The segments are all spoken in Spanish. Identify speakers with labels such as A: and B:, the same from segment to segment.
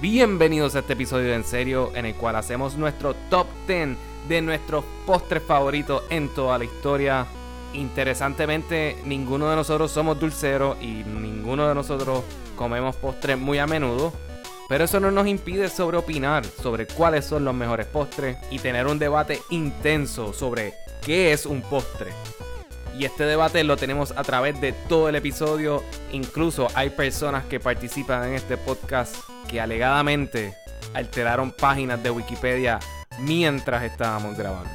A: Bienvenidos a este episodio de En Serio, en el cual hacemos nuestro top 10 de nuestros postres favoritos en toda la historia. Interesantemente, ninguno de nosotros somos dulceros y ninguno de nosotros comemos postres muy a menudo. Pero eso no nos impide sobre opinar sobre cuáles son los mejores postres y tener un debate intenso sobre qué es un postre. Y este debate lo tenemos a través de todo el episodio. Incluso hay personas que participan en este podcast que alegadamente alteraron páginas de Wikipedia mientras estábamos grabando.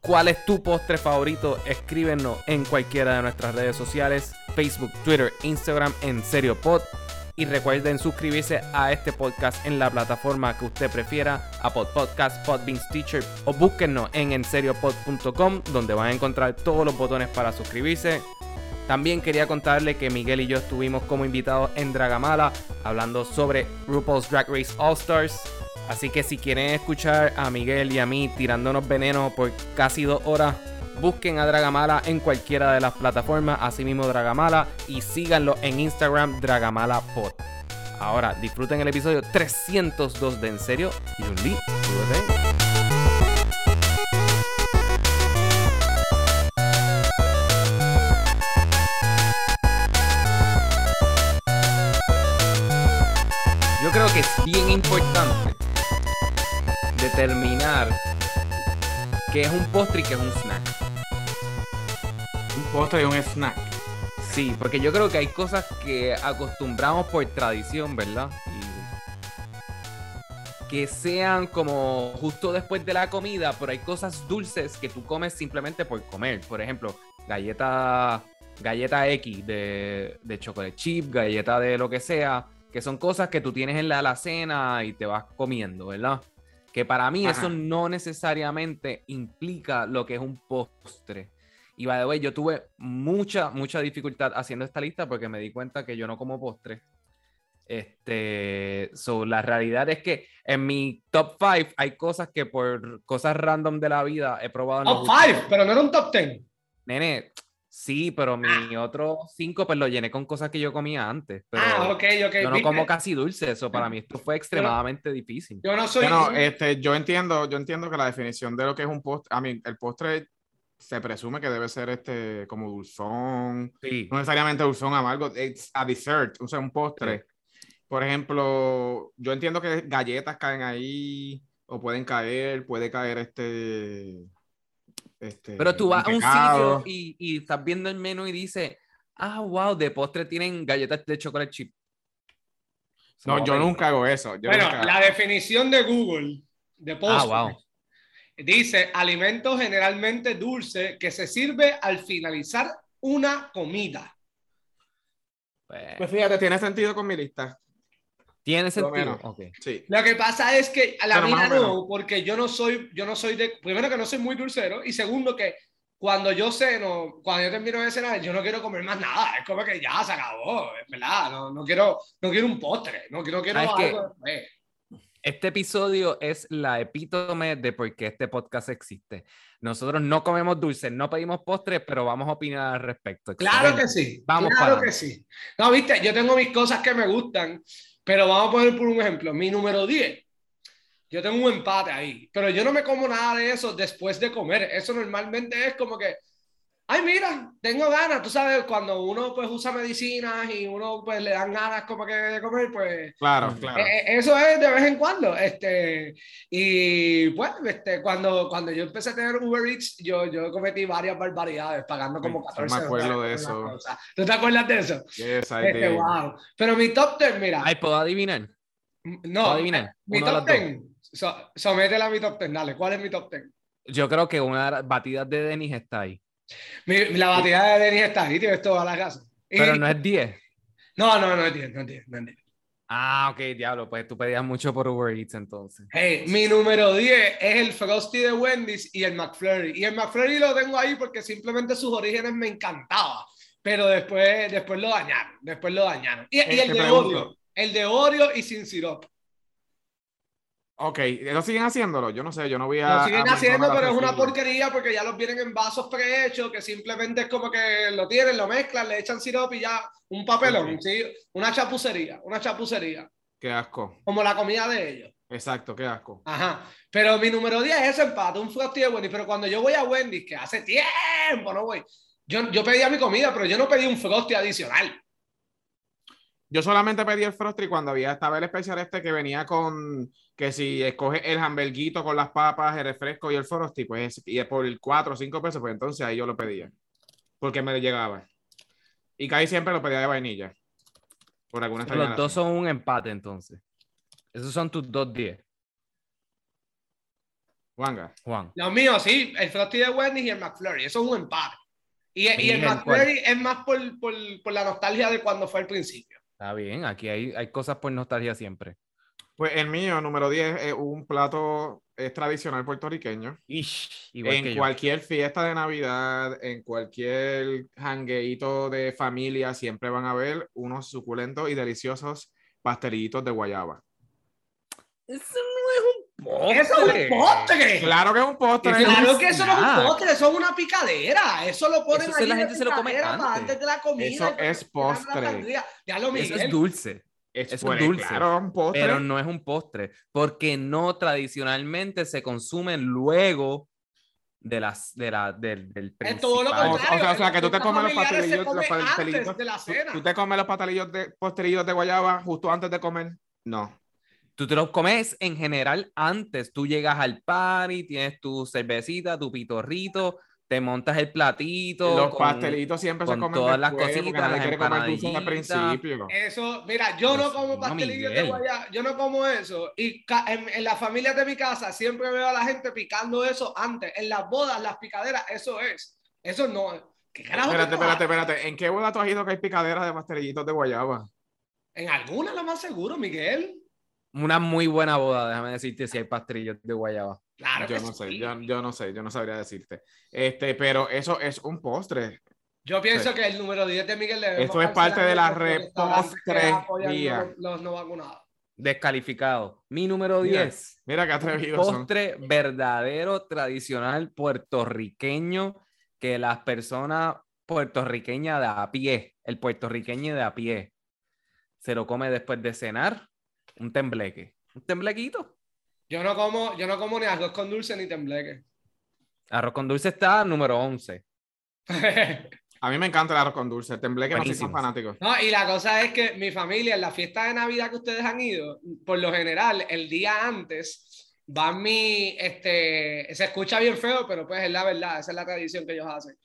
A: ¿Cuál es tu postre favorito? Escríbenos en cualquiera de nuestras redes sociales, Facebook, Twitter, Instagram, en serio pod. Y recuerden suscribirse a este podcast en la plataforma que usted prefiera, Apple Podcast, Podbeans Teacher o búsquennos en enseriopod.com donde van a encontrar todos los botones para suscribirse. También quería contarle que Miguel y yo estuvimos como invitados en Dragamala hablando sobre RuPaul's Drag Race All Stars. Así que si quieren escuchar a Miguel y a mí tirándonos veneno por casi dos horas, busquen a Dragamala en cualquiera de las plataformas, asimismo Dragamala, y síganlo en Instagram DragamalaPod. Ahora disfruten el episodio 302 de En Serio y un Lee, súbete. Yo creo que es bien importante determinar qué es un postre y qué es un snack.
B: Un postre y un snack.
A: Sí, porque yo creo que hay cosas que acostumbramos por tradición, ¿verdad? Y que sean como justo después de la comida, pero hay cosas dulces que tú comes simplemente por comer. Por ejemplo, galleta, galleta X de, de chocolate chip, galleta de lo que sea, que son cosas que tú tienes en la alacena y te vas comiendo, ¿verdad? Que para mí
B: Ajá.
A: eso no necesariamente implica lo que es un postre. Y by the way, yo tuve mucha, mucha dificultad haciendo esta lista porque me di cuenta que yo no como postres. Este, so, la realidad es que en mi top 5 hay cosas que por cosas random de la vida he probado. en los
C: Top
A: últimos-
C: 5, pero no era un top 10.
A: Nene, sí, pero mi otro 5 pues lo llené con cosas que yo comía antes. Pero
C: Ah, ok, ok.
A: Yo no
C: ¿viste?
A: como casi dulce, eso para mí esto fue extremadamente difícil.
C: Yo no soy.
B: Bueno,
A: eh,
B: este, yo entiendo, yo entiendo que la definición de lo que es un postre, a mí, el postre se presume que debe ser este como dulzón,
A: Sí,
B: no necesariamente dulzón amargo, es a dessert, o sea, un postre. Por ejemplo, yo entiendo que galletas caen ahí o pueden caer, puede caer este este
A: Pero tú vas a un
B: mantecado.
A: sitio y, y estás viendo el menú y dices, ah, wow, de postre tienen galletas de chocolate chip.
B: No, yo nunca hago eso. yo
C: bueno,
B: nunca-
C: la definición de Google de
A: Ah,
C: postre
A: wow.
C: dice alimento generalmente dulce que se sirve al finalizar una comida.
A: Pues,
B: Pues fíjate, tiene sentido con mi lista.
A: Tiene
B: lo
A: sentido.
B: menos.
A: Ok.
B: Sí.
C: Lo que pasa es que a la
B: Pero más
C: vida
B: o menos.
C: no, porque yo no soy, yo no soy de, primero que no soy muy dulcero y segundo que cuando yo ceno, cuando yo termino de cenar, yo no quiero comer más nada, es como que ya se acabó, es verdad, no, no quiero, no quiero un postre, no, quiero- no quiero
A: Ah, es que-
C: algo, eh.
A: Este episodio es la epítome de por qué este podcast existe. Nosotros no comemos dulces, no pedimos postres, pero vamos a opinar al respecto.
C: Claro
A: Excelente.
C: que sí.
A: Vamos
C: claro
A: para
C: que sí. No, viste, yo tengo mis cosas que me gustan, pero vamos a poner por un ejemplo, mi número 10. Yo tengo un empate ahí, pero yo no me como nada de eso después de comer. Eso normalmente es como que, ay, mira, tengo ganas. Tú sabes, cuando uno pues usa medicinas y uno pues le dan ganas como que de comer, pues
B: Claro, claro.
C: eh, eh, Eso es de vez en cuando. Este, y bueno, este, cuando, cuando yo empecé a tener Uber Eats, yo, yo cometí varias barbaridades pagando como
B: Sí,
C: 14
B: me acuerdo
C: dólares
B: de
C: por una
B: eso.
C: cosa. ¿Tú te acuerdas de eso?
A: eh,
B: Yes, I
C: Este,
B: did.
C: wow. Pero mi top 10, mira.
A: Ay, ¿puedo adivinar? ¿Puedo
C: no, eh,
A: adivinar?
C: mi
A: Uno de
C: top
A: los dos.
C: 10. So- sométela a mi top 10. Dale, ¿cuál es mi top 10?
A: Yo creo que una de las batidas de Denis está ahí.
C: Mi- la batida de Denis está ahí, tienes toda la casa. Y-
A: Pero no es 10.
C: no, no, no es 10, no es 10, no es 10.
A: Ah, ok, diablo, pues tú pedías mucho por Uber Eats entonces.
C: Hey, mi número 10 es el Frosty de Wendy's y el McFlurry. Y el McFlurry lo tengo ahí porque simplemente sus orígenes me encantaba. Pero después, después lo dañaron. Después lo dañaron. Y, y
B: Este,
C: el de
B: pregunto.
C: Oreo. El de Oreo y sin sirope.
B: Ok, ¿eso siguen haciéndolo? Yo no sé, yo no voy a...
C: Lo siguen
B: a-
C: haciendo,
B: a-
C: pero es una porquería porque ya los vienen en vasos prehechos que simplemente es como que lo tienen, lo mezclan, le echan sirope y ya un papelón.
B: Ok.
C: ¿sí? Una chapucería. Una chapucería.
B: Qué asco.
C: como la comida de ellos.
B: Exacto, qué asco.
C: Ajá. Pero mi número 10 es ese empate, un Frosty de Wendy's. Pero cuando yo voy a Wendy's, que hace tiempo no voy, yo, yo pedía mi comida, pero yo no pedí un Frosty adicional.
B: Yo solamente pedí el Frostry cuando había, estaba el especial este que venía con, que si escoges el hamburguito con las papas, el refresco y el Frostry, pues, y es por 4 o 5 pesos, pues entonces ahí yo lo pedía. Porque me llegaba. Y casi siempre lo pedía de vainilla. Por alguna extraña
A: Los dos
B: razón.
A: son un empate entonces. Esos son tus dos 10,
B: Juanga.
A: Juan.
C: Los míos, sí, el Frosty de Wendy's y el McFlurry. Eso es un empate. Y, y el
A: Miguel,
C: McFlurry es más por, por, por la nostalgia de cuando fue al principio.
A: Está bien, aquí hay, hay cosas por nostalgia siempre.
B: Pues el mío, número 10, es un plato es tradicional puertorriqueño.
A: Ish, igual
B: en
A: que yo.
B: cualquier fiesta de Navidad, en cualquier jangueíto de familia, siempre van a haber unos suculentos y deliciosos pastelitos de guayaba.
A: Eso no es un
C: ¡Eso es un postre!
B: Claro que es un postre.
C: Claro que eso no es
A: snack.
C: un postre, eso es una picadera. Eso lo ponen
A: Eso se- la
C: de
A: gente se lo come
C: picadera para
A: antes.
C: de la comida.
B: Eso
C: y para
B: es
C: que hagan la
B: postre.
C: sangría. Ya lo
A: Eso es
C: Miguel.
A: dulce,
B: Es,
A: es un
B: pues,
A: dulce.
B: Claro, un postre.
A: pero no es un postre, porque no tradicionalmente se consumen luego de las, de la, del, del
C: Es todo lo
A: principal.
B: O- o
C: contrario.
B: sea, o sea, que tú te
C: Los
B: comes los
C: familiares se
B: pastelillos- los
C: comen antes
B: pastelillos-
C: de la
B: ¿Tú,
C: cena.
B: tú te comes los pastelillos de, postelillos de guayaba justo antes de comer? No.
A: Tú te los comes en general antes. Tú llegas al party, tienes tu cervecita, tu pitorrito, te montas el platito.
B: los
A: con-
B: pastelitos siempre se
A: con
B: comen
A: todas las
B: después, porque
A: cositas,
B: nadie
A: las
B: quiere comer dulce al
A: empanaditas.
B: principio.
C: Eh, Eso, mira, yo
A: Dios
C: no como
A: mío,
C: pastelillos de
A: Miguel.
C: guayaba, yo no como eso. Y ca- en, en las familias de mi casa siempre veo a la gente picando eso antes. En las bodas, las picaderas, eso es. Eso no es. ¿Qué carajo?
B: Espérate,
C: tú vas?
B: espérate, espérate. ¿En qué boda tú has ido que hay picaderas de pastelitos de guayaba?
C: En alguna, lo más seguro, Miguel.
A: Una muy buena boda, déjame decirte si hay pastelillos de guayaba.
C: Claro
B: Yo
C: que
B: no sé,
C: sí.
B: yo, yo no sé, yo no sabría decirte. Este, pero eso es un postre.
C: Yo pienso
B: Sí.
C: que el número 10 de Miguel debe
B: Esto es parte de la repostería.
C: Los, los no vacunados.
A: Descalificado. Mi número
B: Mira,
A: 10.
B: Mira qué atrevidos son.
A: postre verdadero, tradicional, puertorriqueño, que las personas puertorriqueñas de a pie, el puertorriqueño de a pie, se lo come después de cenar, un tembleque. Un temblequito.
C: Yo no como, yo no como ni arroz con dulce ni tembleque.
A: Arroz con dulce está número 11.
B: A mí me encanta el arroz con dulce. El tembleque no soy tan
A: Buenísimo.
B: fanático.
C: no, y la cosa es que mi familia, en la fiesta de Navidad que ustedes han ido, por lo general, el día antes, van mi, este, se escucha bien feo, pero pues es la verdad, esa es la tradición que ellos hacen.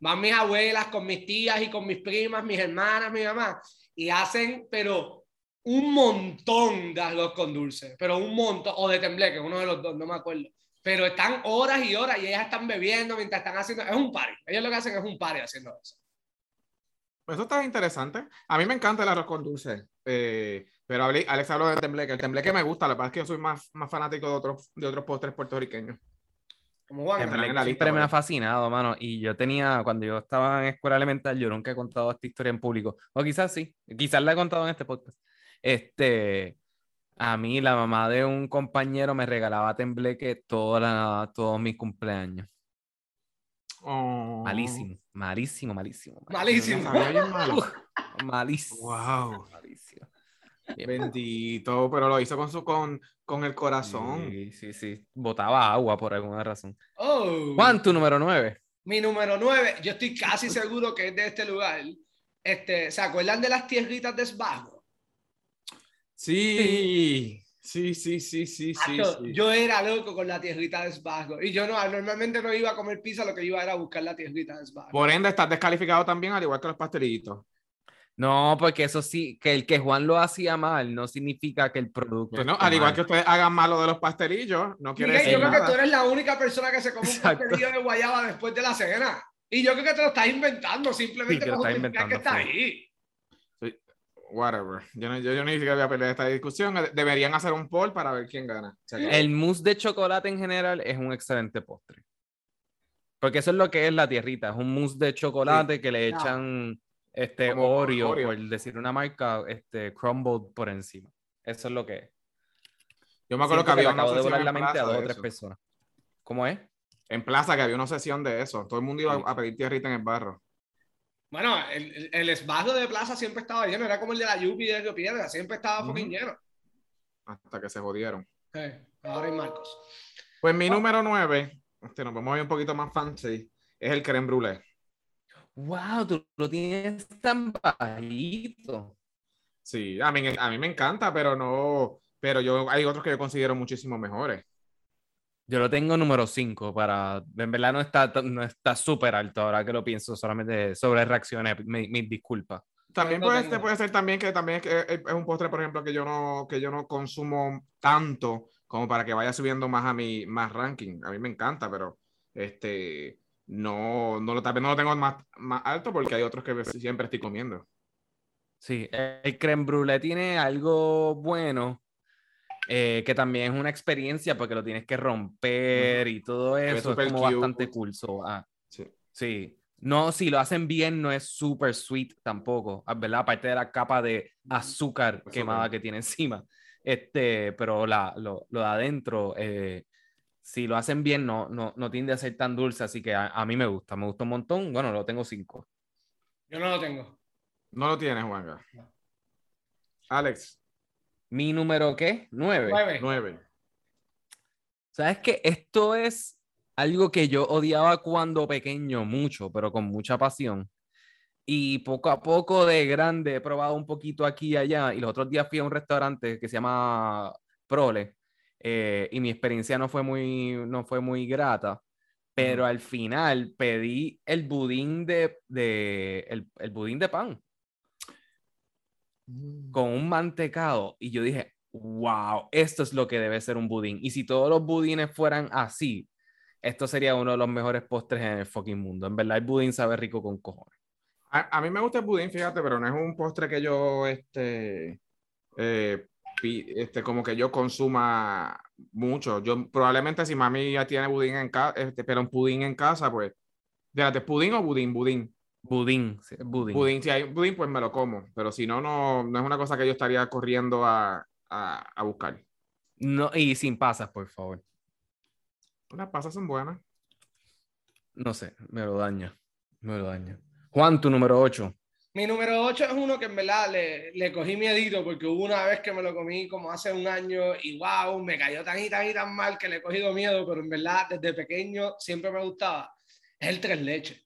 C: Van mis abuelas con mis tías y con mis primas, mis hermanas, mi mamá, y hacen, pero un montón de arroz con dulce, pero un montón, o de tembleque, uno de los dos, no me acuerdo. Pero están horas y horas y ellas están bebiendo mientras están haciendo, es un party. Ellos lo que hacen es un party haciendo eso.
B: Eso está interesante. A mí me encanta el arroz con dulce. Eh, pero hablé- Alex habló del tembleque. El tembleque me gusta. La verdad es que yo soy más, más fanático de otros, de otros postres puertorriqueños.
C: Como Juan.
B: Tembleque.
A: Tembleque
B: en la lista, pues.
A: siempre me
B: vaya.
A: ha fascinado, mano. Y yo tenía, cuando yo estaba en escuela elemental, yo nunca he contado esta historia en público. O quizás sí, quizás la he contado en este podcast. Este, a mí la mamá de un compañero me regalaba tembleque toda la- todos mis cumpleaños.
B: Oh.
A: Malísimo, malísimo, malísimo.
B: Malísimo.
C: Malísimo.
B: Sabía bien malo.
A: Malísimo.
B: Wow.
A: Malísimo.
B: Bendito. Pero lo hizo con, su, con, con el corazón.
A: Sí, sí, sí. Botaba agua por alguna razón.
C: Oh.
A: Juan, tu número 9.
C: Mi número 9, yo estoy casi seguro que es de este lugar. Este, ¿Se acuerdan de las tierritas de Sbago?
B: Sí. Sí, sí, sí, sí, sí.
C: Acho,
B: sí.
C: Yo era loco con la tierrita de Sbago. Y yo no, normalmente no iba a comer pizza, lo que iba era a buscar la tierrita de Sbago.
B: Por ende, estás descalificado también, al igual que los pastelitos.
A: No, porque eso sí, que el que Juan lo hacía mal no significa que el producto.
B: Bueno,
A: esté
B: al igual
A: Pues mal.
B: que ustedes hagan malo de los pastelillos, no quiere
C: Miguel,
B: decir
C: yo creo que
B: nada.
C: tú eres la única persona que se come un
A: Exacto.
C: pastelillo de guayaba después de la cena. Y yo creo que te lo estás inventando, simplemente
A: Sí, te lo
C: para
A: estás
C: justificar que está
A: inventando,
C: ahí.
B: Whatever. Yo, no, yo, yo ni siquiera voy a pelear esta discusión. Eh, Deberían hacer un poll para ver quién gana. Se acabó.
A: El mousse de chocolate en general es un excelente postre. Porque eso es lo que es la tierrita, es un mousse de chocolate que le
C: claro.
A: echan este
B: Como
A: Oreo,
B: Oreo.
A: por decir una marca, este crumbled por encima. Eso es lo que es.
B: yo me acuerdo
A: Siento
B: que
A: le
B: había una
A: acabo de
B: sesión
A: volar la
B: en
A: mente a
B: plaza,
A: dos
B: de
A: o tres
B: eso.
A: personas. ¿Cómo es?
B: en plaza que había una sesión de eso. Todo el mundo iba
A: Sí.
B: a pedir tierrita en el barro.
C: Bueno, el, el, el Sbago de plaza siempre estaba lleno, era como el de la Yupi de Río Piedra, siempre estaba fucking
B: Ujú.
C: lleno.
B: hasta que se jodieron.
C: Eh, ahora y Marcos.
B: Pues
C: Oh.
B: mi número 9, este, nos vamos a ir un poquito más fancy, es el creme brulee.
A: Wow, tú lo tienes tan bajito.
B: Sí, a mí, a mí me encanta, pero no, pero yo hay otros que yo considero muchísimo mejores.
A: Yo lo tengo número 5 para, en verdad no está no está súper alto ahora que lo pienso, solamente sobre reacciones, mis mi disculpas.
B: También
C: no
B: puede,
C: tengo.
B: puede ser también que también es, que eh, es- es un postre, por ejemplo, que yo no, que yo no consumo tanto como para que vaya subiendo más a mi más ranking. A mí me encanta, pero este no, no lo, tal vez no lo tengo más, más alto porque hay otros que siempre estoy comiendo.
A: Sí, el creme brulee tiene algo bueno, eh, que también es una experiencia porque lo tienes que romper y todo
B: ve
A: eso.
B: súper
A: Es como
B: cute.
A: bastante cool. so, ah,
B: Sí.
A: sí. No, si lo hacen bien, no es super sweet tampoco, ah, ¿verdad? Aparte de la capa de azúcar
B: Azúcar.
A: quemada que tiene encima. Este, pero la, lo, lo de adentro, eh, si lo hacen bien, no, no, no tiende a ser tan dulce, así que a, a mí me gusta, me gusta un montón. Bueno, lo tengo cinco.
C: Yo no lo tengo.
B: No lo tienes, Juanga.
C: No.
B: Alex,
A: Mi número, ¿qué? Nueve.
C: Nueve.
B: nueve.
A: ¿Sabes qué? Esto es algo que yo odiaba cuando pequeño, mucho, pero con mucha pasión. Y poco a poco de grande he probado un poquito aquí y allá. Y los otros días fui a un restaurante que se llama Prole. eh, y mi experiencia no fue muy, no fue muy grata. Pero al final pedí el budín de, de- el- el budín de pan con un mantecado y yo dije, wow, esto es lo que debe ser un budín. Y si todos los budines fueran así, esto sería uno de los mejores postres en el fucking mundo. En verdad, el budín sabe rico con cojones.
B: A, a mí me gusta el budín, fíjate, pero no es un postre que yo, este, eh, pi- este, como que yo consuma mucho. Yo probablemente si mami ya tiene budín en casa, este, pero un pudín en casa, pues, fíjate, ¿pudín o budín? Budín.
A: Budín, sí, budín.
B: Budín, si hay un budín, pues me lo como, pero si no, no, no es una cosa que yo estaría corriendo a, a- a buscar.
A: No, y sin pasas, por favor.
B: Las pasas son buenas.
A: No sé, me lo daña. Me lo daña. Juan, tu número 8.
C: Mi número 8 es uno que en verdad le, le cogí miedito porque hubo una vez que me lo comí como hace un año y wow, me cayó tan y tan y tan mal que le he cogido miedo, pero en verdad desde pequeño siempre me gustaba. Es el tres leches.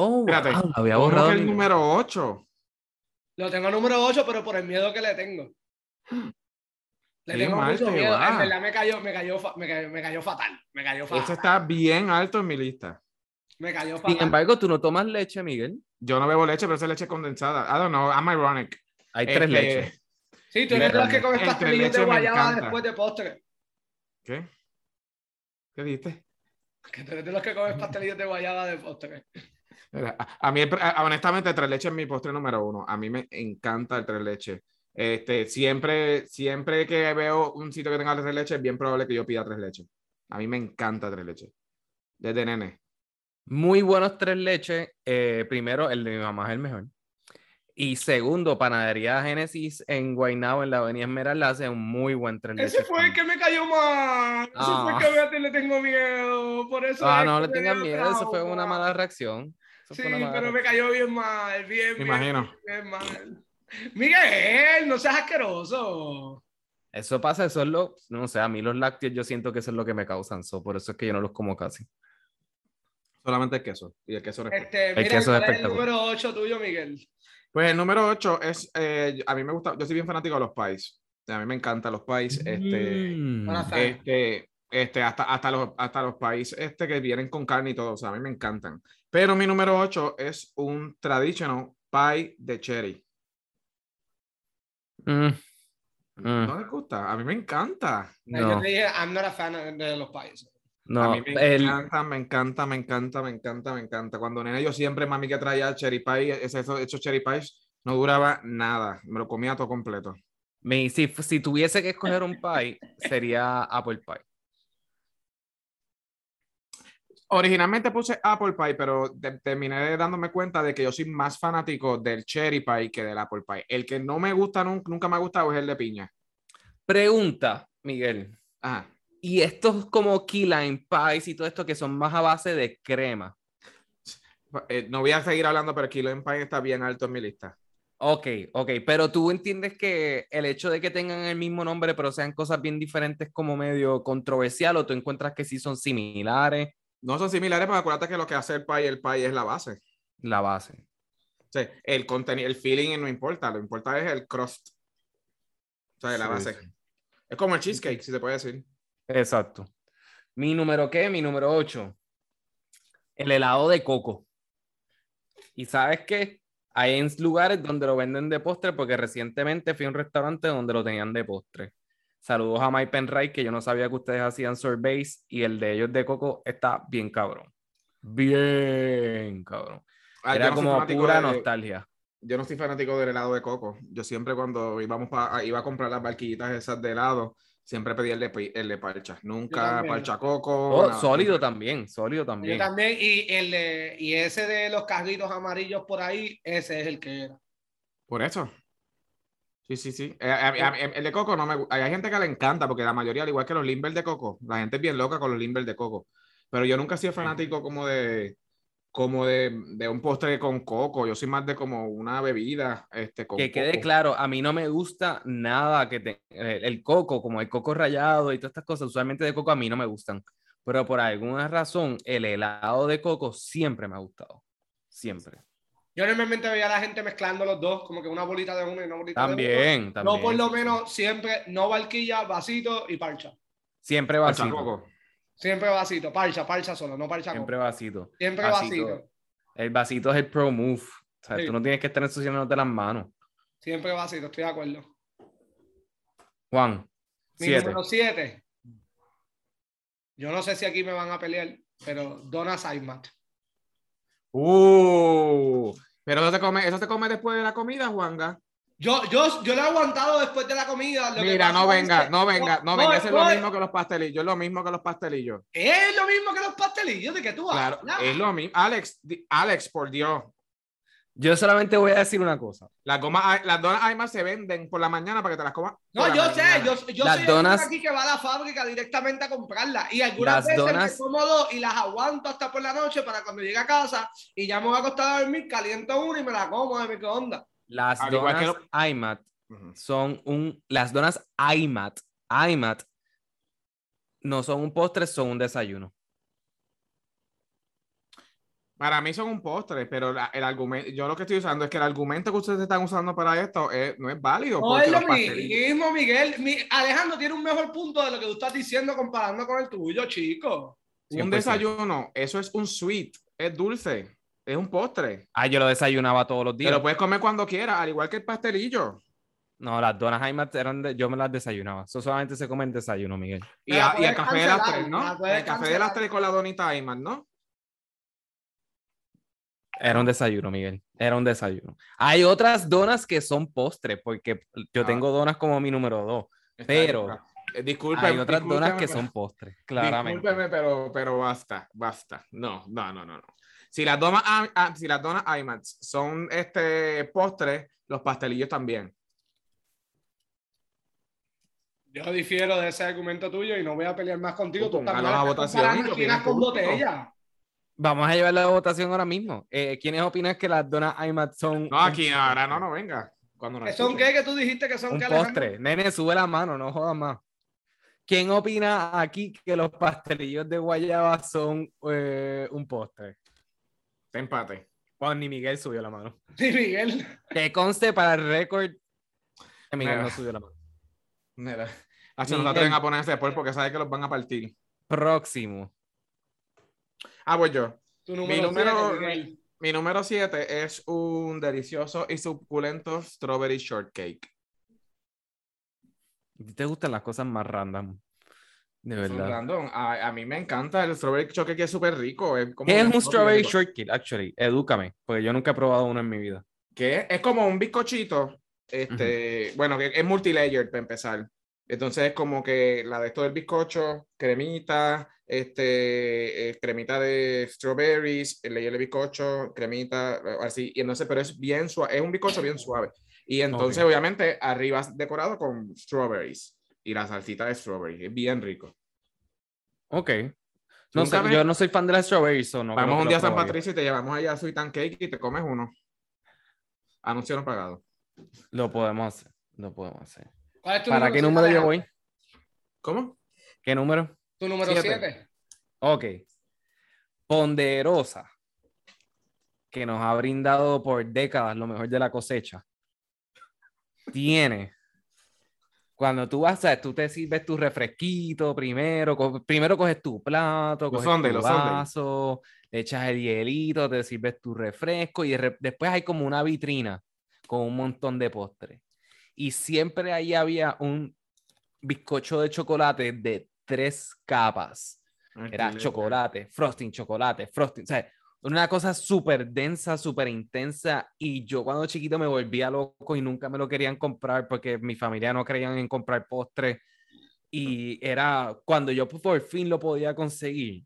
A: Oh,
B: Espérate,
A: wow, había
B: ¿Cómo
A: borrado.
B: que el
A: mi-
B: número 8?
C: Lo tengo número 8, pero por el miedo que le tengo. Le
B: Qué
C: tengo
B: mal
C: mucho
B: te
C: miedo.
B: va.
C: En verdad me cayó, me cayó, fa- me cayó, me cayó fatal. Me cayó fatal.
B: Ese está bien alto en mi lista.
C: Me cayó fatal.
A: Sin embargo, tú no tomas leche, Miguel.
B: Yo no bebo leche, pero esa es leche condensada. I don't know, I'm ironic.
A: Hay tres
B: Este,
A: leches.
C: sí, tú eres de los que con
B: El
C: estas
B: tres
C: semillas de
B: leches me
C: guayaba
B: encanta.
C: después de postre.
B: ¿Qué? ¿Qué dijiste?
C: Que tú eres de los que comes pastelillos de guayaba de postre.
B: Mira, A, a mí, el pre- a- honestamente, el tres leches es mi postre número uno. A mí me encanta el tres leches. Este, siempre, siempre que veo un sitio que tenga tres leches, es bien probable que yo pida tres leches. A mí me encanta tres leches. Desde nene.
A: Muy buenos tres leches. Eh, primero, el de mi mamá es el mejor. Y segundo, Panadería Génesis en Guaynabo, en la Avenida Esmeralda, hace un muy buen tres leches.
C: Ese fue el que me cayó mal. Ese fue el
A: Ah.
C: que a ti le tengo miedo. Por eso.
A: Ah,
C: es
A: no
C: que
A: le
C: me
A: tengan
C: dio
A: miedo, eso fue
C: trauma.
A: una mala reacción. Eso
C: Sí,
A: fue una mala
C: pero me
A: reacción.
C: cayó bien mal. Bien,
B: Me
C: bien,
B: imagino.
C: bien mal. Miguel, no seas asqueroso.
A: Eso pasa, eso es lo, no sé, a mí los lácteos yo siento que eso es lo que me causan, so, por eso es que yo no los como casi.
B: Solamente el queso. Y el queso no es bueno.
C: Este, mira,
A: queso es
C: ¿cuál es el
A: espectacular.
C: número 8 tuyo, Miguel.
B: Pues el número 8 es, eh, a mí me gusta, yo soy bien fanático de los pies. A mí me encantan los pies. Este,
A: Mm.
C: Buenas tardes.
B: Este, este, hasta, hasta, los, hasta los países este que vienen con carne y todo, o sea, a mí me encantan. Pero mi número 8 es un traditional pie de cherry.
A: Mm. Mm.
B: ¿No les gusta? A mí me encanta.
C: Ay, Yo
A: No,
C: te dije, I'm not a fan de los países.
A: no,
B: a mí me
A: el-
B: encanta, me encanta, me encanta, me encanta, me encanta. Cuando nena yo siempre, mami, que traía cherry pie, ese- esos, esos cherry pies, no duraba nada. Me lo comía todo completo.
A: me- si, si tuviese que escoger un pie, sería apple pie.
B: Originalmente puse apple pie, pero te- terminé dándome cuenta de que yo soy más fanático del cherry pie que del apple pie. El que no me gusta, nun- nunca me ha gustado es el de piña.
A: Pregunta, Miguel.
B: Ajá.
A: Y estos como key lime pies y todo esto que son más a base de crema.
B: Eh, no voy a seguir hablando, pero Kilo Empire está bien alto en mi lista.
A: Ok, ok, pero tú entiendes que el hecho de que tengan el mismo nombre pero sean cosas bien diferentes como medio controversial o tú encuentras que sí son similares
B: No son similares, pero acuérdate que lo que hace el pie, el pie es la base.
A: la base.
B: O sea, el contenido, el feeling no importa, lo importante es el crust. O sea, la
A: Sí,
B: base. Es como el cheesecake, si se puede decir.
A: Exacto. Mi número qué? Mi número 8. El helado de coco. Y sabes qué? Hay en lugares donde lo venden de postre porque recientemente fui a un restaurante donde lo tenían de postre. Saludos a Mike Penray, que yo no sabía que ustedes hacían sorbets y el de ellos de coco está bien cabrón. Bien cabrón.
B: Ah,
A: Era
B: yo no soy
A: como
B: fanático
A: pura
B: de-
A: nostalgia.
B: Yo no soy fanático del helado de coco. Yo siempre cuando íbamos pa- iba a comprar las barquillitas esas de helado, siempre pedía el de, pi- el de parcha. Nunca
C: también.
B: parcha coco.
A: Oh,
B: nada.
A: sólido también, sólido
C: Yo
A: también.
C: también, y, el, de- y ese de los carritos amarillos por ahí, ese es el que era.
B: Por eso. Sí, sí, sí. Eh, a- a- a- el de coco no me gusta. Hay gente que le encanta porque la mayoría, al igual que los Limber de coco, la gente es bien loca con los Limber de coco. Pero yo nunca he sido fanático como de como de, de un postre con coco. Yo soy más de como una bebida este, con
A: Que quede
B: coco.
A: claro, a mí no me gusta nada que te- el, el coco, como el coco rallado y todas estas cosas, usualmente de coco a mí no me gustan. Pero por alguna razón, el helado de coco siempre me ha gustado. Siempre.
C: Yo normalmente veía a la gente mezclando los dos, como que una bolita de uno y una bolita de otro.
A: También, también.
C: No, por lo menos siempre, no barquilla, vasito y parcha.
A: Siempre
B: Parcha
A: vasito.
B: coco.
C: Siempre vasito, parcha, parcha solo, no parcha con-
A: Siempre vasito.
C: Siempre
A: vasito.
C: vasito.
A: El vasito es el pro move. O sea,
C: Sí.
A: tú no tienes que estar ensuciándote las manos.
C: Siempre vasito, estoy de acuerdo.
A: Juan,
C: Mi
A: siete.
C: número 7. Yo no sé si aquí me van a pelear, pero Donna Saimat.
B: Uh, pero eso se come, eso se come después de la comida, Juanga.
C: Yo, yo, yo lo he aguantado después de la comida. lo que
B: Mira,
C: pasa
B: no
C: es
B: venga,
C: que- este,
B: no venga, no venga.
C: no,
B: Eso es
C: no,
B: lo mismo que los pastelillos, es lo mismo que los pastelillos.
C: Es lo mismo que los pastelillos de que tú
B: Claro,
C: hablas.
B: es lo mismo. Alex, di- Alex, por Dios.
A: Yo solamente voy a decir una cosa.
B: Las gomas, las donas además se venden por la mañana para que te las comas. por
C: No,
B: la
C: yo sé,
B: mañana.
C: yo, yo
A: Las
C: soy el
A: donas-
C: tipo aquí que va a la fábrica directamente a comprarlas. Y algunas
A: Las
C: veces
A: donas-
C: me como dos y las aguanto hasta por la noche para cuando llegue a casa y ya me voy a acostar a dormir, caliento una y me la como de microondas.
A: Las
B: Al igual
A: donas
B: que
A: IMAT
B: Ujú.
A: son un. Las donas IMAT, IMAT, no son un postre, son un desayuno.
B: Para mí son un postre, pero la- el argumento, yo lo que estoy usando es que el argumento que ustedes están usando para esto es- no es válido.
C: No
B: porque
C: es lo
B: los pastelillos-
C: mismo, Miguel. Mi- Alejandro tiene un mejor punto de lo que tú estás diciendo comparando con el tuyo, chico.
B: Un
A: 100%.
B: desayuno, eso es un sweet, es dulce, es un postre.
A: Ah, yo lo desayunaba todos los
B: Te
A: días.
B: lo puedes comer cuando quieras, al igual que el pastelillo.
A: No, las donas IMAT eran de- yo me las desayunaba. Eso solamente se come en desayuno, Miguel.
B: Y,
C: Me la
B: a- y el
C: puedes
B: café de las
C: cancelar,
B: tres,
C: me la
B: ¿no? El
C: puedes
B: café de las
C: cancelar.
B: tres con la donita Ayman, ¿no?
A: Era un desayuno, Miguel. Era un desayuno. Hay otras donas que son postre, porque yo
B: Ah.
A: tengo donas como mi número dos.
B: Está bien,
A: Pero
B: claro. Eh, disculpen,
A: hay otras donas
B: discúlpenme,
A: que
B: pero-
A: son postres, claramente.
B: Discúlpeme, pero, pero basta, basta. No, no, no, no. no. Si las donas, ah, ah, si las donas IMAX son este postres, los pastelillos también.
C: Yo difiero de ese argumento tuyo y no voy a pelear más contigo. Tú
B: Pongan
C: estás
B: a la
C: mal, estás
B: votación
C: comparando
B: y lo
C: esquinas
B: tienen
C: con
B: público.
C: botella.
A: Vamos a llevar la votación ahora mismo. Eh, ¿Quiénes opinan que las donas IMAT son.
B: No, aquí ahora no, no venga. Cuando nos
C: ¿Que son qué?
B: escuchen.
C: Que tú dijiste que son
A: Un
C: qué, Alejandro?
A: postre. Nene, sube la mano, no jodas más. ¿Quién opina aquí que los pastelillos de guayaba son eh, un postre?
B: Empate.
A: Juan ni Miguel subió la mano.
C: Sí, Miguel.
A: Que conste para el récord que Miguel
B: Mira.
A: no subió la mano.
B: Mira. Hacho, no se
A: Miguel.
B: atreven a ponerse después porque saben que los van a partir.
A: Próximo.
B: Ah, voy yo.
C: Tu
B: Mi
C: número,
B: número-
C: siete, Miguel.
B: Mi número 7 es un delicioso y suculento strawberry shortcake.
A: ¿A ti ¿Te gustan las cosas más random? De
B: Es un
A: verdad.
B: random. A, a mí me encanta el strawberry shortcake, es súper rico. Es, como
A: ¿Qué es
B: una
A: un
B: cosa
A: strawberry
B: rica.
A: shortcake, actually? Edúcame, porque yo nunca he probado uno en mi vida.
B: que es como un bizcochito, este, bueno, que es multilayer para empezar. Entonces es como que la de todo el bizcocho, cremita, este, eh, cremita de strawberries, el layer de bizcocho, cremita, eh, así, y entonces, pero es bien suave, es un bizcocho bien suave. Y entonces, obviamente, arriba es decorado con strawberries y la salsita de strawberry, es bien rico.
A: Ok. No sé,
B: Nunca me-
A: yo no soy fan de las strawberries o no. creo
B: Vamos
A: que
B: un
A: lo
B: día a San
A: probaría.
B: Patricio y te llevamos allá a Sweet and Cake y te comes uno. Anuncio no pagado.
A: Lo podemos hacer. Lo podemos hacer.
C: ¿Cuál es tu
A: ¿Para qué número
C: siete,
A: yo voy?
B: ¿Cómo?
A: ¿Qué número?
C: Tu número
A: Siete.
C: 7.
A: Ok. Ponderosa, que nos ha brindado por décadas lo mejor de la cosecha, tiene. Cuando tú vas, a, tú te sirves tu refresquito primero, co- primero coges tu plato,
B: Los
A: coges
B: sundae,
A: tu
B: los sundae.
A: vaso, le echas el hielito, te sirves tu refresco y de re- después hay como una vitrina con un montón de postres. Y siempre ahí había un bizcocho de chocolate de tres capas
B: Ah,
A: era
B: Este,
A: chocolate, frosting, chocolate, frosting, o sea, una cosa súper densa, súper intensa, y yo cuando chiquito me volvía loco y nunca me lo querían comprar porque mi familia no creían en comprar postres, y era, cuando yo por fin lo podía conseguir,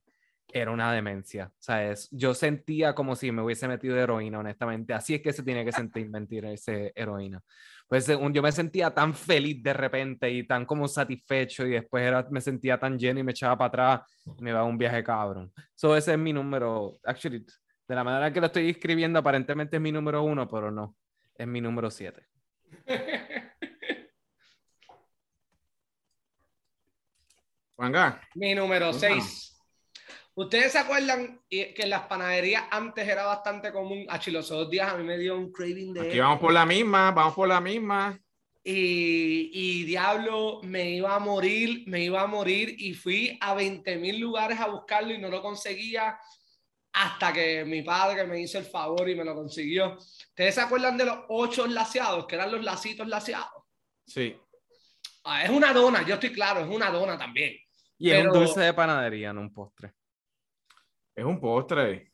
A: era una demencia, o sea, es- yo sentía como si me hubiese metido heroína, honestamente, así es que se tiene que sentir mentir ese heroína. Pues eh, un- yo me sentía tan feliz de repente y tan como satisfecho y después era, me sentía tan lleno y me echaba para atrás me va a un viaje cabrón. So, ese es mi número. Actually, de la manera que lo estoy escribiendo, aparentemente es mi número uno, pero no. Es mi número siete.
B: Juanga,
C: Mi número
B: Ujú.
C: 6. ¿Ustedes se acuerdan eh, que en las panaderías antes era bastante común? Ah, A los otros días a mí me dio un craving de...
B: aquí
C: esto.
B: vamos por la misma, vamos por la misma.
C: Y, y diablo, me iba a morir, me iba a morir y fui a 20 mil lugares a buscarlo y no lo conseguía hasta que mi padre me hizo el favor y me lo consiguió. ¿Ustedes se acuerdan de los ocho laciados, que eran los lacitos laciados?
B: Sí.
C: Ah, es una dona, yo estoy claro, es una dona también.
A: Y es
C: Pero-
A: un dulce de panadería, no un postre.
B: Es un postre.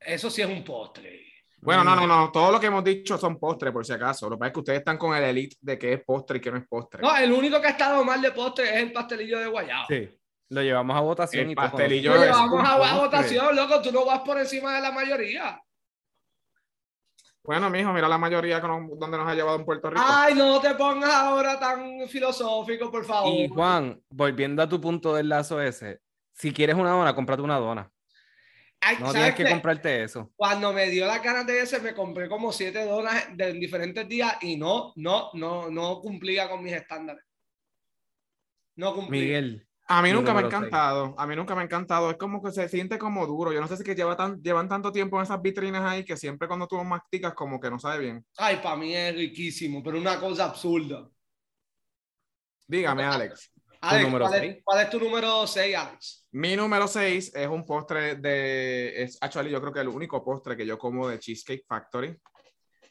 C: Eso sí es un postre.
B: Bueno, no,
A: Mm.
B: no, no. Todo lo que hemos dicho son postres, por si acaso. Lo que pasa es que ustedes están con el elite de qué es postre y qué no es postre.
C: No, el único que ha estado mal de postre es el pastelillo de guayaba.
A: Sí. Lo llevamos a votación
B: El
A: y todo.
B: pastelillo.
C: Lo
B: es
C: llevamos
B: un
C: a, a
B: postre.
C: votación, loco, tú no vas por encima de la mayoría.
B: Bueno, mijo, mira la mayoría que nos- donde nos ha llevado en Puerto Rico.
C: Ay, no te pongas ahora tan filosófico, por favor.
A: Y Juan, volviendo a tu punto del lazo ese, si quieres una dona, cómprate una dona.
C: Ay,
A: No
C: ¿sabes
A: tienes que
C: qué?
A: comprarte eso.
C: Cuando me dio las ganas de ese, me compré como siete donas de en diferentes días y no, no, no, no cumplía con mis estándares. No cumplía.
A: Miguel,
B: A mí
A: Mi
B: nunca me ha
A: número seis.
B: encantado, a mí nunca me ha encantado, es como que se siente como duro, yo no sé si que lleva tan, llevan tanto tiempo en esas vitrinas ahí que siempre cuando tú lo masticas como que no sabe bien.
C: Ay, para mí es riquísimo, pero una cosa absurda.
B: Dígame, Alex.
C: Alex,
A: número
C: ¿cuál, es,
A: seis?
C: cuál es tu número 6, Alex?
B: Mi número 6 es un postre de, es actually yo creo que el único postre que yo como de Cheesecake Factory.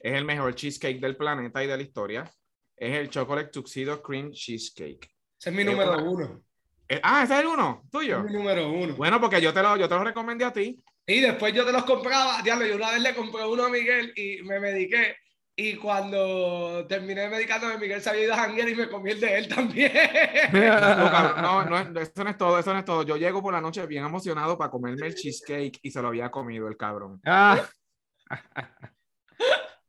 B: Es el mejor cheesecake del planeta y de la historia. Es el Chocolate Tuxedo Cream Cheesecake.
C: Ese es mi
B: Es
C: número
B: una-
C: uno.
B: Eh, ah, ese es el uno, tuyo.
C: Es mi número uno.
B: Bueno, porque yo te lo, yo te lo recomendé a ti.
C: Y después yo te los compraba, diablo, yo una vez le compré uno a Miguel y me mediqué. Y cuando terminé medicándome, Miguel se había ido a janguear y me comí el de él también.
B: No, cabrón, no, no, es- no, eso no es todo, eso no es todo. Yo llego por la noche bien emocionado para comerme el cheesecake y se lo había comido el cabrón.
A: Ah,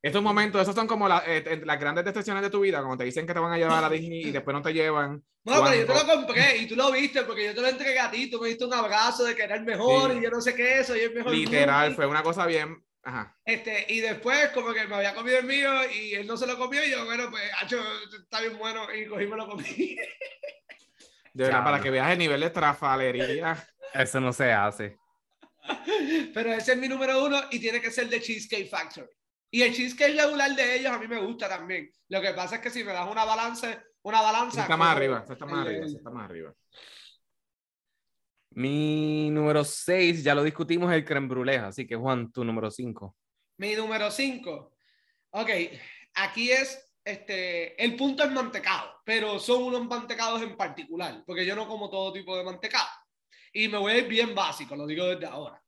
B: Estos momentos, esos son como la- eh, eh, las grandes decepciones de tu vida, cuando te dicen que te van a llevar a Disney y después no te llevan.
C: No, pero yo te lo compré y tú lo viste porque yo te lo entregué a ti, tú me diste un abrazo de que era el mejor
B: Sí.
C: y yo no sé qué eso, y el mejor.
B: Literal, fue una cosa bien. Ajá.
C: Este, y después como que me había comido el mío y él no se lo comió y yo, bueno, pues, hacho, está bien bueno y cogí y me lo comí.
B: De verdad,
A: Claro.
B: para que veas el nivel de trafalería.
A: eso no se hace.
C: Pero ese es mi número uno y tiene que ser de Cheesecake Factory. Y el cheesecake regular de ellos a mí me gusta también. Lo que pasa es que si me das una balanza, una balanza.
B: Está más
C: como-
B: arriba, está más
C: el-
B: arriba,
C: el-
B: está más arriba.
A: Mi número seis, ya lo discutimos, el creme brulee, así que Juan, tu número cinco.
C: Mi número 5. Ok, aquí es, este, el punto es mantecado, pero son unos mantecados en particular, porque yo no como todo tipo de mantecado. Y me voy a ir bien básico, lo digo desde ahora.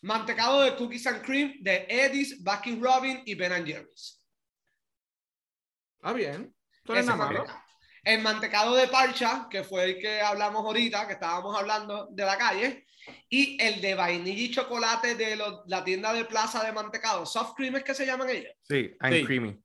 C: Mantecado de Cookies and Cream, de Eddie's, Baskin Robin y Ben Jerry's.
B: Está Ah, bien. Tú eres
C: Ese
B: nada malo.
C: mantecado. El mantecado de parcha, que fue el que hablamos ahorita, que estábamos hablando de la calle, y el de vainilla y chocolate de los- la tienda de plaza de mantecado, soft cream es que se llaman ellos.
A: Sí, and
B: Sí.
A: creamy.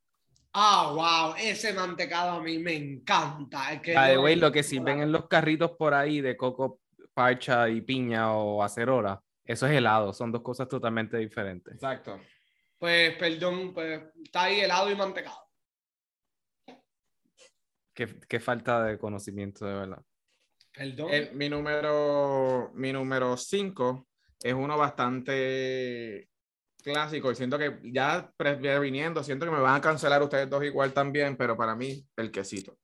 C: Ah, wow, ese mantecado a mí me encanta. El que
A: By the way, lo que sirven en los carritos por ahí de coco, parcha y piña o acerola, eso es helado, son dos cosas totalmente diferentes.
B: Exacto.
C: Pues perdón, pues está ahí helado y mantecado.
A: Qué, qué falta de conocimiento, de verdad.
C: Perdón.
A: Eh,
B: El- mi número mi número 5 es uno bastante clásico y siento que ya previniendo, siento que me van a cancelar ustedes dos igual también, pero para mí el quesito.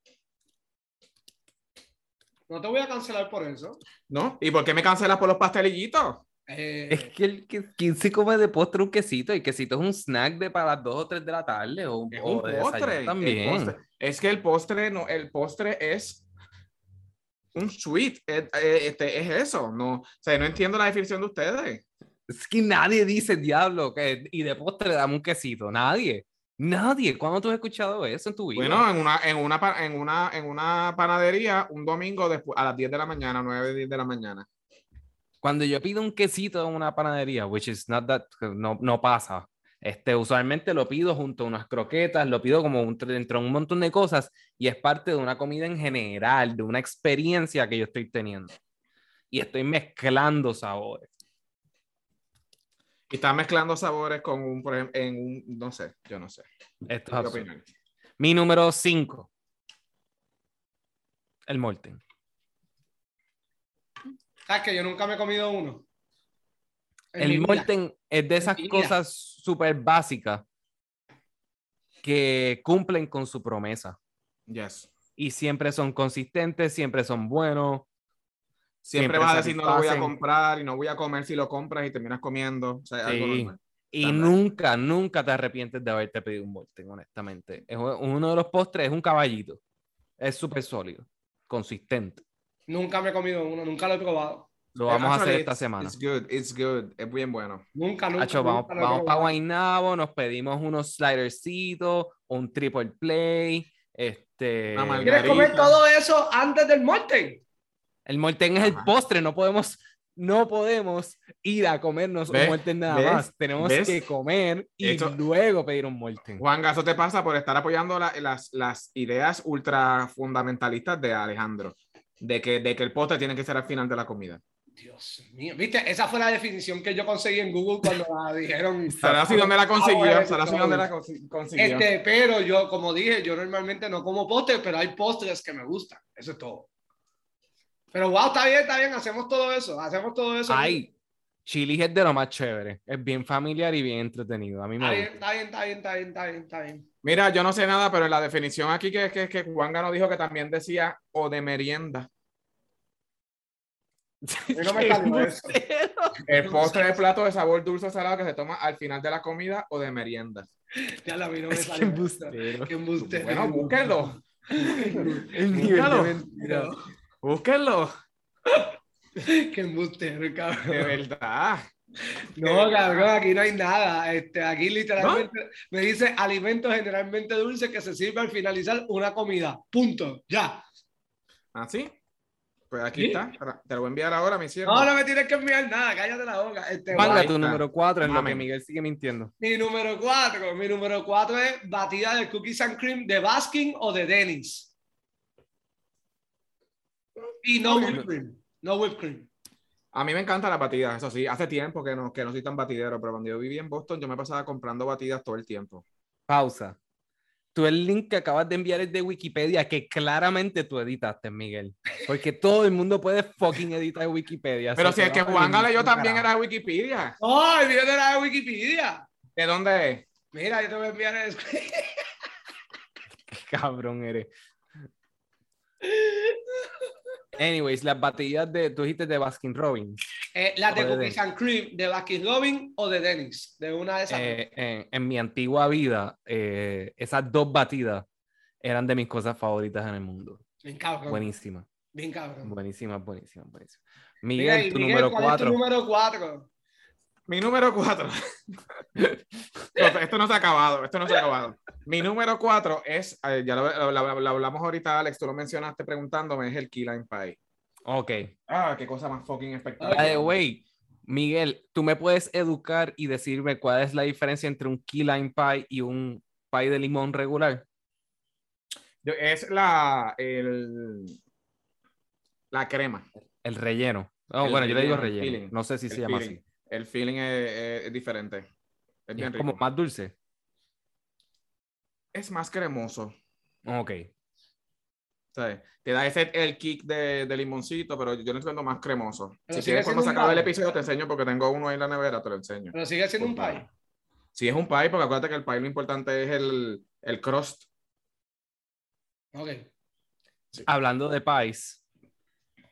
C: No te voy a cancelar por eso.
B: ¿No? ¿Y por qué me cancelas por los pastelillitos?
C: Eh,
A: Es que el que ¿quién se come de postre un quesito? Y quesito es un snack de para las 2 o 3 de la tarde o un,
B: Es
A: o
B: un
A: de desayuno
B: postre. el
A: también.
B: postre. Es que el postre no, el postre es un sweet, es, eh, este, es eso, no, o sea, no entiendo la definición de ustedes.
A: Es que nadie dice diablo que y de postre dame un quesito, nadie. Nadie, ¿cuándo tú has escuchado eso en tu vida?
B: Bueno, en una, en una, pa- en una, en una panadería, un domingo después, a las 10 de la mañana, 9, 10 de la mañana.
A: Cuando yo pido un quesito en una panadería, which is not that, no, no pasa. Este, usualmente lo pido junto a unas croquetas, lo pido como un, dentro de un montón de cosas y es parte de una comida en general, de una experiencia que yo estoy teniendo. Y estoy mezclando sabores.
B: Y está mezclando sabores con un, por ejemplo, en un, no sé, yo no sé.
A: Esto es
B: ¿Qué
A: absurdo.
B: opinan?
A: Mi número 5. El Molten.
C: ¿Sabes que yo nunca me he comido uno? En mi
A: El
C: vida.
A: Molten es de esas
C: mi vida.
A: cosas súper básicas que cumplen con su promesa.
B: Yes.
A: Y siempre son consistentes, siempre son buenos.
B: Siempre, vas a decir, no lo voy a
A: satisfacen.
B: comprar y no voy a comer si lo compras y terminas comiendo. O sea, algo
A: Sí.
B: normal.
A: Y
B: Standard.
A: nunca, nunca te arrepientes de haberte pedido un Molten, honestamente. Es u- uno de los postres, es un caballito. Es súper sólido, consistente.
C: Nunca me he comido uno, nunca lo he probado.
A: Lo vamos a hacer
B: Actually,
A: esta
B: it's-
A: semana.
B: It's good, it's good. Es bien bueno.
C: Nunca, nunca.
A: Hacho,
C: nunca
A: vamos,
C: lo he
A: vamos para
C: probado.
A: Guaynabo, nos pedimos unos slidercitos, un triple play, este...
B: Una margarita.
C: ¿Quieres comer todo eso antes del Morten?
A: El molten es el
B: Ajá.
A: postre, no podemos, no podemos ir a comernos un
B: ¿Ves?
A: molten nada
B: ¿Ves?
A: más. Tenemos
B: ¿Ves?
A: que comer y
B: Esto-
A: luego pedir un molten.
B: Juan Gaso te pasa por estar apoyando la- las, las ideas ultra fundamentalistas de Alejandro, de que, de que el postre tiene que ser al final de la comida.
C: Dios mío, viste, esa fue la definición que yo conseguí en Google cuando la dijeron.
B: Será así donde la consiguió,
C: Ah, bueno,
B: será así
C: está
B: donde
C: bueno.
B: la consi- consiguió.
C: Este, pero yo, como dije, yo normalmente no como postres, pero hay postres que me gustan. Eso es todo. Pero wow, está bien, está bien, hacemos todo eso, hacemos todo eso.
A: Ay, Chili es de lo más chévere. Es bien familiar y bien entretenido. A mí
C: Está
A: me
C: bien,
A: gusta.
C: está bien, está bien, está bien, está bien, está bien.
B: Mira, yo no sé nada, pero la definición aquí que es que, que Juan Gano dijo que también decía o de merienda.
C: A mí no me salió eso.
B: El postre de plato de sabor dulce o salado que se toma al final de la comida o de merienda.
C: Ya la vi, no me
A: Es que
C: salió eso.
A: embustero.
C: Qué embustero.
B: Bueno, búsquenlo,
A: El nivel de
B: Búscalo.
A: mentira.
B: búsquenlo,
C: Qué embustero,
B: de
C: cabrón.
B: verdad.
C: No, cabrón, aquí no hay nada. Este, aquí literalmente me dice alimentos generalmente dulces que se sirve al finalizar una comida. Punto. Ya.
B: ¿Así? ¿Ah, Pues aquí
C: Sí.
B: está, te lo voy a enviar ahora, mi siervo.
C: No, no me tienes que enviar nada. Cállate la boca. Este,
A: Manga,
B: Ahí
A: tu
B: está.
A: número 4 es lo que
B: Mamen.
A: Miguel sigue mintiendo.
C: Mi número cuatro, mi número cuatro es batida de cookies and cream de Baskin o de Dennis. Y no whipped cream. No whipped cream.
B: A mí me encantan las batidas, eso sí. Hace tiempo que no, que no soy tan batidero, pero cuando yo vivía en Boston, yo me pasaba comprando batidas todo el tiempo.
A: Pausa. Tú el link que acabas de enviar es de Wikipedia que claramente tú editaste, Miguel. Porque todo el mundo puede fucking editar Wikipedia.
B: Pero
A: so
B: si
A: te
B: es que
A: vas a
B: Juan
A: venir
B: yo
A: un
B: también
A: carajo.
B: era de Wikipedia.
C: ¡Oh, el video de la Wikipedia!
B: ¿De dónde es?
C: Mira, yo te voy a enviar el
A: Qué cabrón eres. Anyways, las batillas de, tú dijiste de Baskin Robbins.
C: Eh, las
A: O
C: de
A: de
C: Cookies and Cream, de Baskin Robin o de Dennis, de una de esas.
A: Eh, en, en mi antigua vida, eh, esas dos batidas eran de mis cosas favoritas en el mundo.
C: bien cabrón.
A: Buenísimas,
C: Bien cabrón.
A: buenísimas, buenísimas, buenísimas.
C: Mira,
A: Miguel,
C: y
A: tu
C: Miguel,
A: número
C: ¿cuál es tu
A: 4.
C: número cuatro?
B: Mi número cuatro. No, esto no se ha acabado, esto no se ha acabado. Mi número cuatro es, eh, ya lo, lo- lo- lo hablamos ahorita, Alex, tú lo mencionaste preguntándome, es el Key Lime Pie.
A: Ok.
B: Ah, qué cosa más fucking espectacular.
A: By the way, Miguel, tú me puedes educar y decirme cuál es la diferencia entre un key lime pie y un pie de limón regular.
B: Yo- es la, el- la crema.
A: El relleno. Oh,
B: El
A: bueno, yo le digo
B: relleno, el
A: relleno.
B: filling.
A: No sé si
B: El
A: se llama
B: feeling.
A: así.
B: El feeling es, es- es diferente.
A: Y
B: Es bien
A: es como
B: rico.
A: más dulce.
B: Es más cremoso.
A: Ok.
B: ¿sabes? Te da ese el kick de, de limoncito, pero yo lo entiendo más cremoso.
C: Pero
B: si
C: sigue
B: quieres cuando se
C: siendo un
B: acabe el
C: pie.
B: episodio te enseño porque tengo uno ahí en la nevera, te lo enseño.
C: Pero sigue siendo un
B: Pues,
C: pie.
B: Si es un pie, porque acuérdate que el pie lo importante es el, el crust.
C: Ok.
A: Hablando de pies,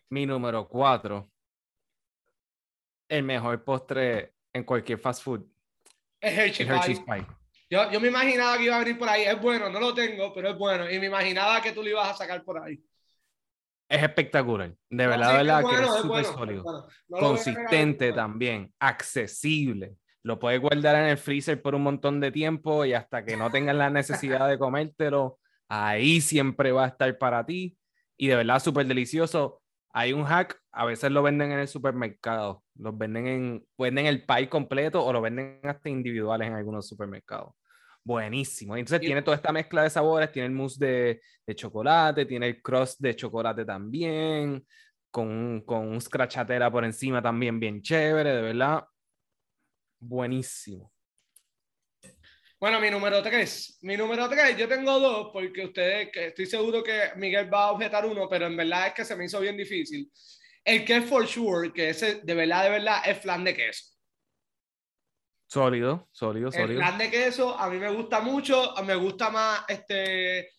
A: mi número 4. El mejor postre en cualquier fast food.
C: Es Hershey
A: El
C: Pie.
A: Hershey's Pie.
C: Yo, yo me imaginaba que iba a venir por ahí. Es bueno, no lo tengo, pero es bueno. Y me imaginaba que tú lo ibas a sacar por ahí.
A: Es espectacular. De
C: Sí,
A: verdad,
C: es
A: de verdad que
C: bueno,
A: es
C: es
A: súper
C: bueno,
A: sólido.
C: es bueno. No lo voy a regalar,
A: consistente
C: pero-
A: también, accesible. Lo puedes guardar en el freezer por un montón de tiempo y hasta que no tengas la necesidad de comértelo, ahí siempre va a estar para ti. Y de verdad, súper delicioso. Hay un hack, a veces lo venden en el supermercado, los venden en, venden el pie completo o lo venden hasta individuales en algunos supermercados. Buenísimo. Entonces
C: Y-
A: tiene toda esta mezcla de sabores, tiene el mousse de, de chocolate, tiene el crust de chocolate también con, un- con un scratchatera por encima también bien chévere, de verdad. Buenísimo.
C: Bueno, mi número tres. Mi número tres, yo tengo dos porque ustedes, que estoy seguro que Miguel va a objetar uno, pero en verdad es que se me hizo bien difícil. El que es for sure, que ese de verdad, de verdad, es flan de queso.
A: Sólido, sólido,
C: El
A: sólido.
C: flan de queso a mí me gusta mucho, me gusta más, este,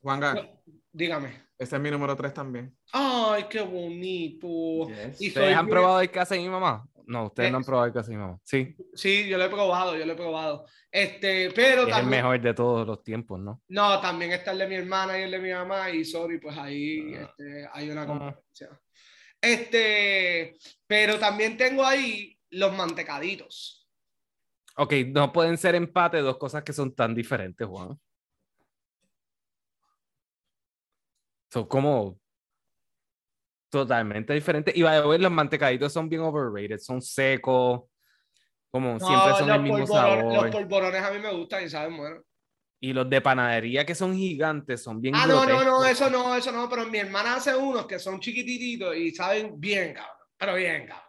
B: Juanga,
C: dígame.
B: ese es mi número 3 también.
C: Ay, qué bonito. Y soy Eh,
A: ¿Ustedes han
C: bien-
A: probado el que hace mi mamá? No, ustedes no han
C: Es-
A: probado el que hace mi mamá. Sí,
C: Sí, yo lo he probado, yo lo he probado. Este, pero
A: es el
C: también,
A: mejor de todos los tiempos, ¿no?
C: no, también está el de mi hermana y el de mi mamá y sorry, pues ahí este, hay una
A: Ah.
C: competencia. Este, pero también tengo ahí los mantecaditos.
A: Ok, no pueden ser empate dos cosas que son tan diferentes, Juan. Son como totalmente diferentes. Y va a ver, los mantecaditos son bien overrated, son secos, como
C: No,
A: siempre son
C: los
A: el mismo
C: polvorones-
A: sabor.
C: Los polvorones a mí me gustan y saben bueno.
A: Y los de panadería que son gigantes, son bien
C: Ah, no, no,
A: grotescos.
C: no, eso no, eso no, pero mi hermana hace unos que son chiquititos y saben bien, cabrón, pero bien, cabrón.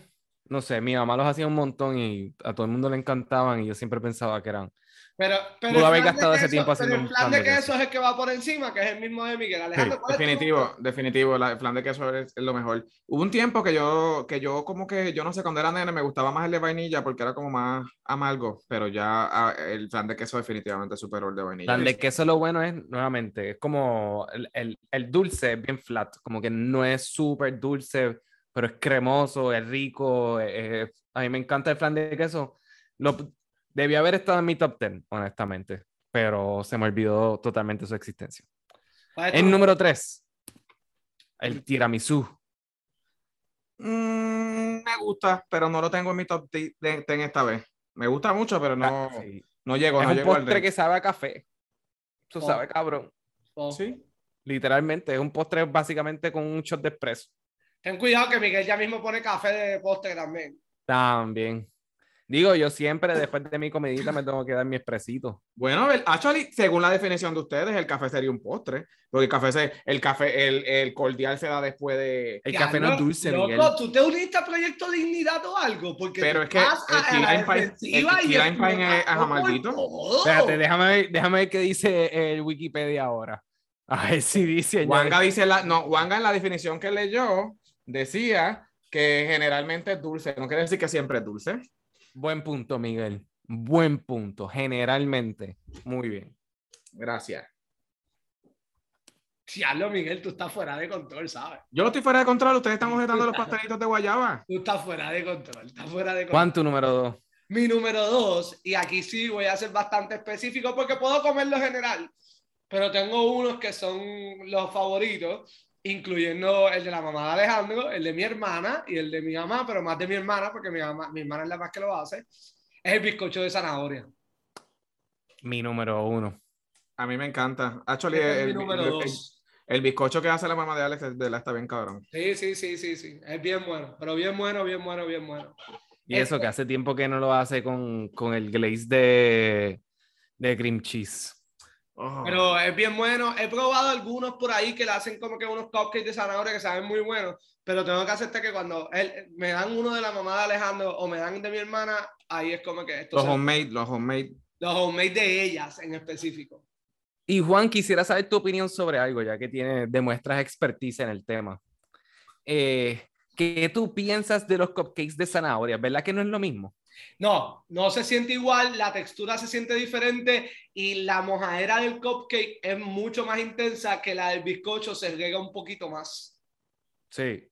A: Eh, no sé, mi mamá los hacía un montón y a todo el mundo le encantaban y yo siempre pensaba que eran.
C: Pero, pero
A: Pudo
C: el
A: haber
C: plan de
A: gastado ese
C: queso-
A: tiempo
C: pero
A: haciendo
C: el
A: un
C: plan
A: plan
C: de
A: de
C: queso
A: queso.
C: es el que va por encima, que es el mismo de Miguel. Alejandro,
A: Sí,
C: ¿cuál es tu
B: Definitivo, definitivo. la- el flan de queso es, es lo mejor. Hubo un tiempo que yo, que yo como que, yo no sé, cuando era nene me gustaba más el de vainilla porque era como más amargo, pero ya ah, el flan de queso definitivamente superó el de vainilla.
A: Plan de queso lo bueno es, nuevamente, es como el, el- el dulce es bien flat, como que no es súper dulce, pero es cremoso, es rico. es- es- a mí me encanta el flan de queso. Lo, debía haber estado en mi top 10, honestamente, pero se me olvidó totalmente su existencia.
C: ¿Cuál es tu-
A: El número 3, el tiramisú.
B: Mm, me gusta, pero no lo tengo en mi top 10 de- ten esta vez. Me gusta mucho, pero no,
A: Ah, Sí.
B: no llego,
A: Es
B: no
A: un
B: llego al
A: postre
B: de-
A: que sabe a café. Eso
C: Oh.
A: sabe cabrón.
C: Oh,
B: Sí.
A: Literalmente, es un postre básicamente con un shot de espresso.
C: Ten cuidado que Miguel ya mismo pone café de postre también.
A: También. Digo, yo siempre después de mi comidita me tengo que dar mi expresito.
B: Bueno, el, actually, según la definición de ustedes, el café sería un postre, porque el café, se- el, café el, el cordial se da después de...
A: El
C: Ya,
A: café no es dulce,
C: loco,
A: Miguel.
C: ¿Tú te uniste a Proyecto Dignidad o algo? Porque
B: Pero
C: tú
B: es que
C: vas
B: el
C: a- a
B: key
C: la
B: lime pie- el
C: defensiva
B: key
C: y
B: lime pie es- es
C: explotando por
B: amarguito.
C: todo.
A: Espérate, déjame ver, déjame ver qué dice el Wikipedia ahora. A ver si dice.
B: Wanga dice la... No, Wanga en la definición que leyó decía que generalmente es dulce, no quiere decir que siempre es dulce.
A: Buen punto, Miguel. Buen punto, generalmente. Muy bien.
B: Gracias.
C: Diablo, Miguel, tú estás fuera de control, ¿sabes?
B: Yo estoy fuera de control, ustedes están objetando los pastelitos de guayaba.
C: Tú estás fuera de control, estás fuera de control.
A: Juan, tu número dos.
C: Mi número dos, y aquí sí voy a ser bastante específico porque puedo comerlo general, pero tengo unos que son los favoritos, incluyendo el de la mamá de Alejandro, el de mi hermana y el de mi mamá, pero más de mi hermana porque mi, mamá, mi hermana es la más que lo hace, es el bizcocho de zanahoria.
A: Mi número uno.
B: A mí me encanta. Actually,
A: Este
C: Ese es mi
B: el,
C: número
B: el-
C: dos.
B: el bizcocho que hace la mamá de Alex es- de la está bien cabrón.
C: Sí, sí, sí, sí, sí, es bien bueno, pero bien bueno, bien bueno, bien bueno.
A: Y eso
C: Este-
A: que hace tiempo que no lo hace con, con el glaze de, de cream cheese.
B: Oh.
C: Pero es bien bueno. He probado algunos por ahí que le hacen como que unos cupcakes de zanahoria que saben muy buenos. Pero tengo que aceptar que cuando él, me dan uno de la mamá de Alejandro o me dan de mi hermana, ahí es como que esto
B: los
C: se-
B: homemade, los homemade.
C: los homemade de ellas en específico.
A: Y Juan, quisiera saber tu opinión sobre algo, ya que tienes, demuestras expertise en el tema. Eh, ¿Qué tú piensas de los cupcakes de zanahoria? ¿Verdad que no es lo mismo?
C: No, no se siente igual, la textura se siente diferente y la mojadera del cupcake es mucho más intensa que la del bizcocho, se riega un poquito más.
A: Sí.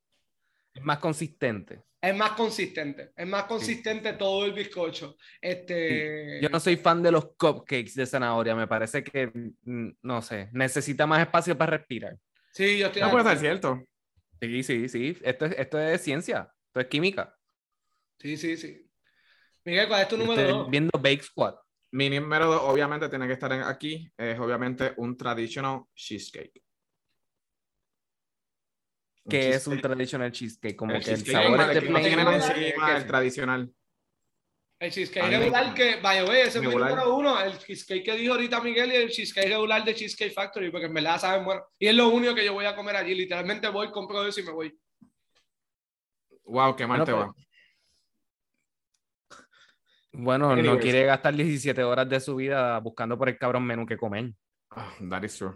A: Es más consistente.
C: Es más consistente, es más consistente todo el bizcocho. Este,
A: Yo no soy fan de los cupcakes de zanahoria, me parece que, mm, no sé, necesita más espacio para respirar.
C: Sí, yo estoy
B: No
C: de
B: puede ser
C: acuerdo.
B: cierto.
A: Sí, sí, sí. Esto, es- esto es ciencia, esto es química.
C: Sí, sí, sí. Miguel, ¿cuál es tu
B: Este,
A: Yo
C: número
A: estoy
C: dos?
A: viendo Bake Squad.
B: Mi número dos, obviamente, tiene que estar en- aquí. Es obviamente un traditional cheesecake. Un
A: que es un
B: cheesecake.
A: traditional cheesecake, como
B: El
A: que el
B: cheesecake
A: sabor
B: normal,
A: es de
B: el que no
A: plain
B: tiene
C: nada
A: vanilla,
B: encima,
A: queso.
B: el tradicional.
C: El
B: A
C: cheesecake
B: mí me
C: regular
B: encanta.
C: que, by the way, ese es mi
B: Regular.
C: número uno. El cheesecake que dijo ahorita Miguel y el cheesecake regular de Cheesecake Factory, porque en verdad saben bueno. Y es lo único que yo voy a comer allí. Literalmente voy, compro eso y me voy.
B: Wow, qué mal
A: Bueno, pues.
B: te
A: pero-
B: va.
A: Bueno, no
B: Anyways.
A: quiere gastar 17 horas de su vida buscando por el cabrón menú que comer.
B: Ah, that is true.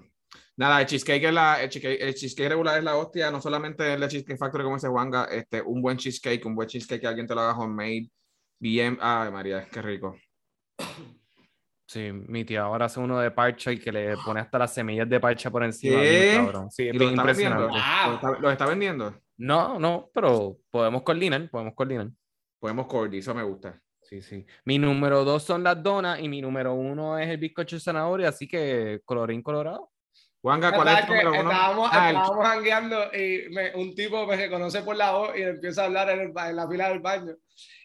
B: Nada, el cheesecake, es la, el, cheesecake, el cheesecake regular es la hostia, no solamente el de Cheesecake Factory, como dice Juanga, este, un buen cheesecake, un buen cheesecake que alguien te lo haga homemade, bien, ay María, qué rico.
A: Sí, mi tía ahora hace uno de parcha y que le pone hasta las semillas de parcha por encima.
B: ¿Qué?
A: bien cabrón. Sí,
B: ¿Y
A: es
B: lo
A: bien
B: está vendiendo?
A: impresionante.
B: ¿Lo
C: ¡Wow!
B: está, lo está vendiendo?
A: No, no, pero podemos coordinar, podemos coordinar.
B: Podemos cordy, eso me gusta.
A: Sí, sí. Mi número dos son las donas y mi número uno es el bizcocho de zanahoria, así que colorín colorado.
B: Juanga, ¿cuál es tu
C: Verdad que
B: número uno?
C: Estábamos,
B: Ah, el-
C: estábamos jangueando y me- un tipo me reconoce por la voz y empieza a hablar en, el ba- en la fila del baño.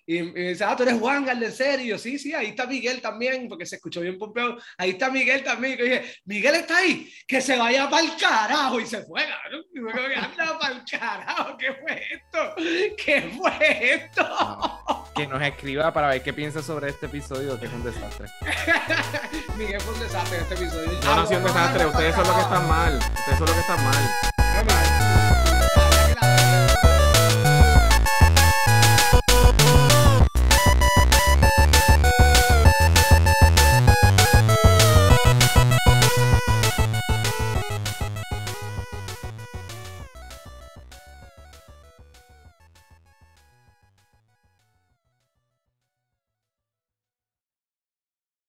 C: Y, y me dice, ah, tú eres Juan, el de serio. Sí, sí, ahí está Miguel también, porque se escuchó bien pompeo. Ahí está Miguel también. Y yo dije, Miguel está ahí, que se vaya para el carajo. Y se fue, cabrón. Y yo como que, anda para el carajo. ¿Qué fue esto? ¿Qué fue esto?
A: Que nos escriba para ver qué piensa sobre este episodio, que es un desastre.
C: Miguel fue un desastre en este episodio.
B: Yo no soy un desastre, ustedes son los que están mal, ustedes son los que están mal.